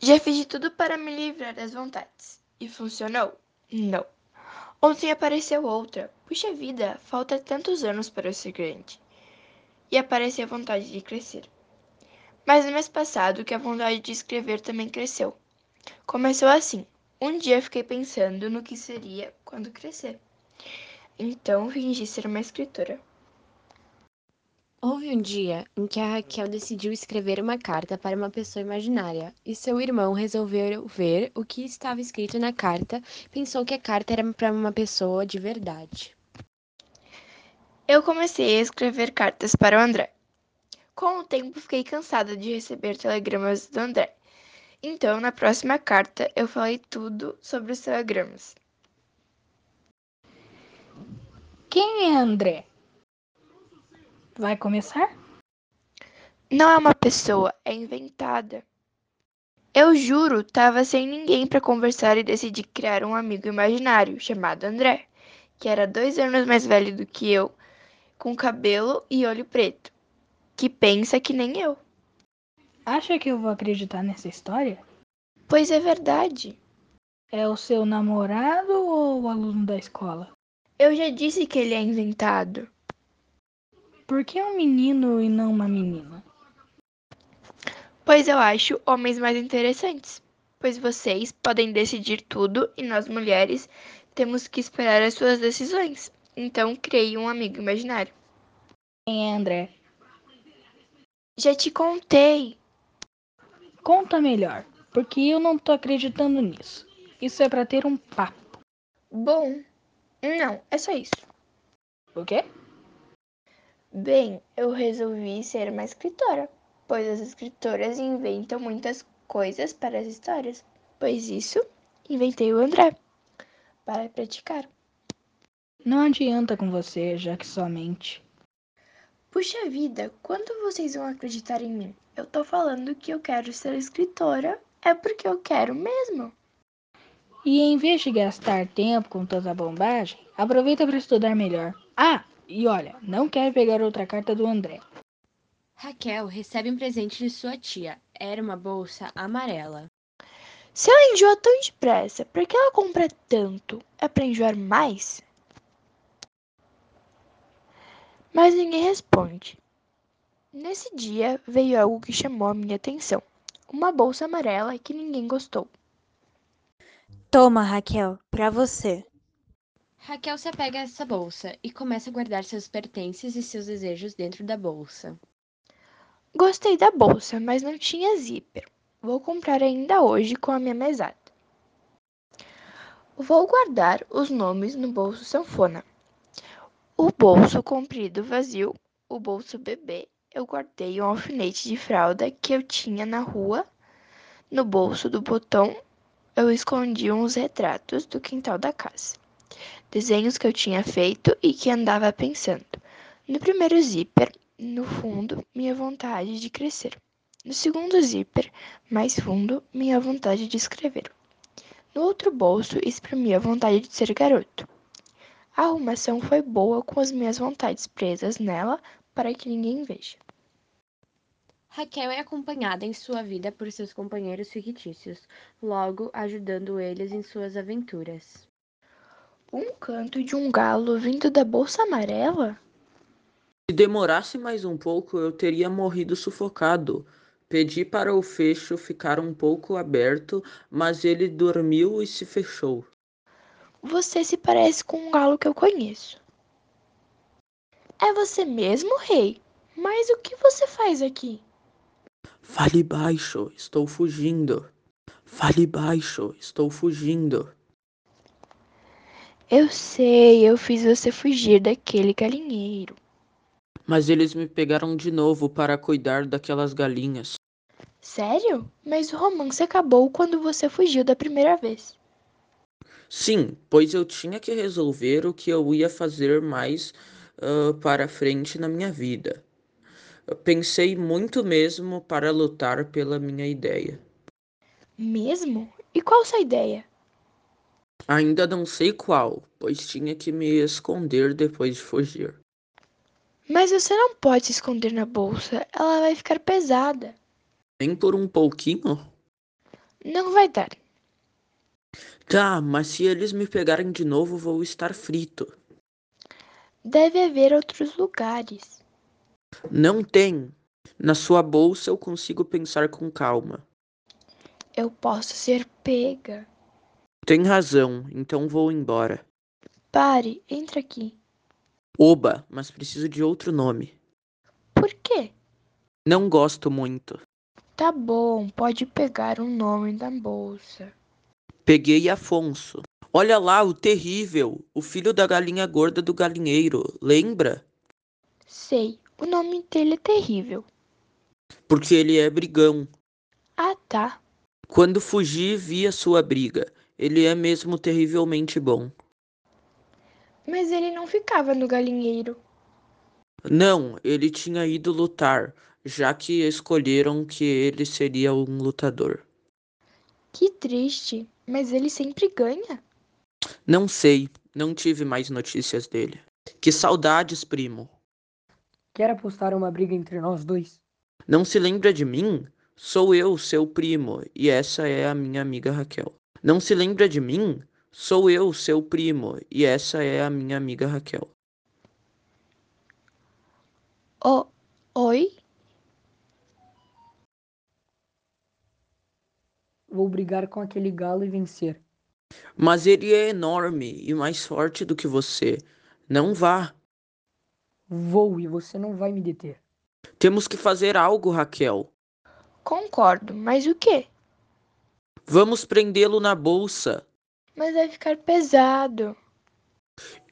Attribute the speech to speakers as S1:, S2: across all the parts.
S1: Já fiz de tudo para me livrar das vontades. E funcionou? Não. Ontem apareceu outra. Puxa vida, falta tantos anos para eu ser grande. E apareceu a vontade de crescer. Mas no mês passado que a vontade de escrever também cresceu. Começou assim. Um dia fiquei pensando no que seria quando crescer. Então fingi ser uma escritora.
S2: Houve um dia em que a Raquel decidiu escrever uma carta para uma pessoa imaginária e seu irmão resolveu ver o que estava escrito na carta. Pensou que a carta era para uma pessoa de verdade.
S1: Eu comecei a escrever cartas para o André. Com o tempo, fiquei cansada de receber telegramas do André. Então, na próxima carta, eu falei tudo sobre os telegramas.
S3: Quem é André? Vai começar?
S1: Não é uma pessoa, é inventada. Eu juro, tava sem ninguém para conversar e decidi criar um amigo imaginário chamado André, que era dois anos mais velho do que eu, com cabelo e olho preto, que pensa que nem eu.
S3: Acha que eu vou acreditar nessa história?
S1: Pois é verdade.
S3: É o seu namorado ou o aluno da escola?
S1: Eu já disse que ele é inventado.
S3: Por que um menino e não uma menina?
S1: Pois eu acho homens mais interessantes. Pois vocês podem decidir tudo e nós mulheres temos que esperar as suas decisões. Então criei um amigo imaginário.
S3: Quem é André?
S1: Já te contei.
S3: Conta melhor, porque eu não tô acreditando nisso. Isso é pra ter um papo.
S1: Bom, não, é só isso.
S3: O quê?
S1: Bem, eu resolvi ser uma escritora, pois as escritoras inventam muitas coisas para as histórias. Pois isso, inventei o André para praticar.
S3: Não adianta com você, já que só mente.
S1: Puxa vida, quando vocês vão acreditar em mim? Eu tô falando que eu quero ser escritora, é porque eu quero mesmo.
S3: E em vez de gastar tempo com tanta bombagem, aproveita para estudar melhor. Ah, e olha, não quero pegar outra carta do André.
S2: Raquel recebe um presente de sua tia. Era uma bolsa amarela.
S1: Se ela enjoa tão depressa, por que ela compra tanto? É para enjoar mais? Mas ninguém responde. Nesse dia veio algo que chamou a minha atenção: uma bolsa amarela que ninguém gostou.
S4: Toma, Raquel, pra você.
S2: Raquel se apega a essa bolsa e começa a guardar seus pertences e seus desejos dentro da bolsa.
S1: Gostei da bolsa, mas não tinha zíper. Vou comprar ainda hoje com a minha mesada. Vou guardar os nomes no bolso sanfona. O bolso comprido vazio, o bolso bebê, eu guardei um alfinete de fralda que eu tinha na rua. No bolso do botão, eu escondi uns retratos do quintal da casa desenhos que eu tinha feito e que andava pensando. No primeiro zíper, no fundo, minha vontade de crescer. No segundo zíper, mais fundo, minha vontade de escrever. No outro bolso, exprimi a vontade de ser garoto. A arrumação foi boa com as minhas vontades presas nela para que ninguém veja.
S2: Raquel é acompanhada em sua vida por seus companheiros fictícios, logo ajudando eles em suas aventuras.
S1: Um canto de um galo vindo da bolsa amarela?
S5: Se demorasse mais um pouco, eu teria morrido sufocado. Pedi para o fecho ficar um pouco aberto, mas ele dormiu e se fechou.
S1: Você se parece com um galo que eu conheço. É você mesmo, rei? Mas o que você faz aqui?
S5: Fale baixo, estou fugindo. Fale baixo, estou fugindo.
S1: Eu sei, eu fiz você fugir daquele galinheiro.
S5: Mas eles me pegaram de novo para cuidar daquelas galinhas.
S1: Sério? Mas o romance acabou quando você fugiu da primeira vez.
S5: Sim, pois eu tinha que resolver o que eu ia fazer mais uh, para frente na minha vida. Eu pensei muito mesmo para lutar pela minha ideia.
S1: Mesmo? E qual sua ideia?
S5: Ainda não sei qual, pois tinha que me esconder depois de fugir.
S1: Mas você não pode se esconder na bolsa, ela vai ficar pesada.
S5: Nem por um pouquinho?
S1: Não vai dar.
S5: Tá, mas se eles me pegarem de novo, vou estar frito.
S1: Deve haver outros lugares.
S5: Não tem. Na sua bolsa eu consigo pensar com calma.
S1: Eu posso ser pega.
S5: Tem razão, então vou embora.
S1: Pare, entra aqui.
S5: Oba, mas preciso de outro nome.
S1: Por quê?
S5: Não gosto muito.
S1: Tá bom, pode pegar um nome da bolsa.
S5: Peguei Afonso. Olha lá, o terrível, o filho da galinha gorda do galinheiro, lembra?
S1: Sei, o nome dele é terrível.
S5: Porque ele é brigão.
S1: Ah, tá.
S5: Quando fugi, vi a sua briga. Ele é mesmo terrivelmente bom.
S1: Mas ele não ficava no galinheiro.
S5: Não, ele tinha ido lutar, já que escolheram que ele seria um lutador.
S1: Que triste, mas ele sempre ganha.
S5: Não sei, não tive mais notícias dele. Que saudades, primo.
S6: Quer apostar uma briga entre nós dois?
S5: Não se lembra de mim? Sou eu, seu primo, e essa é a minha amiga Raquel. Não se lembra de mim? Sou eu, seu primo, e essa é a minha amiga Raquel.
S1: Oh, oi?
S6: Vou brigar com aquele galo e vencer.
S5: Mas ele é enorme e mais forte do que você. Não vá.
S6: Vou e você não vai me deter.
S5: Temos que fazer algo, Raquel.
S1: Concordo, mas o quê?
S5: Vamos prendê-lo na bolsa.
S1: Mas vai ficar pesado.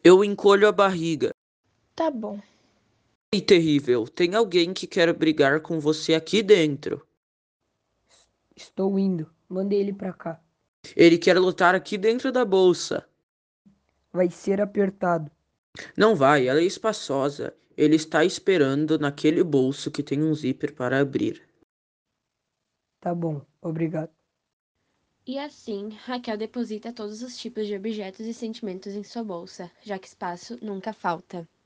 S5: Eu encolho a barriga.
S1: Tá bom.
S5: Ei, terrível, tem alguém que quer brigar com você aqui dentro.
S6: Estou indo. Mandei ele pra cá.
S5: Ele quer lutar aqui dentro da bolsa.
S6: Vai ser apertado.
S5: Não vai, ela é espaçosa. Ele está esperando naquele bolso que tem um zíper para abrir.
S6: Tá bom, obrigado.
S2: E assim, Raquel deposita todos os tipos de objetos e sentimentos em sua bolsa, já que espaço nunca falta.